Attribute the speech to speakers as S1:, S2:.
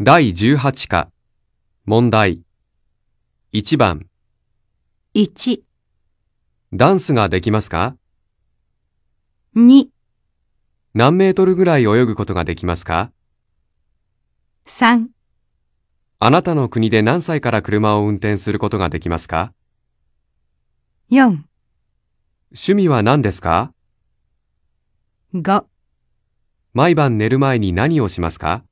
S1: 第18課、問題。1番、
S2: 1、
S1: ダンスができますか
S2: 2、
S1: 何メートルぐらい泳ぐことができますか
S2: 3、
S1: あなたの国で何歳から車を運転することができますか
S2: 4、
S1: 趣味は何ですか
S2: 5。
S1: 毎晩寝る前に何をしますか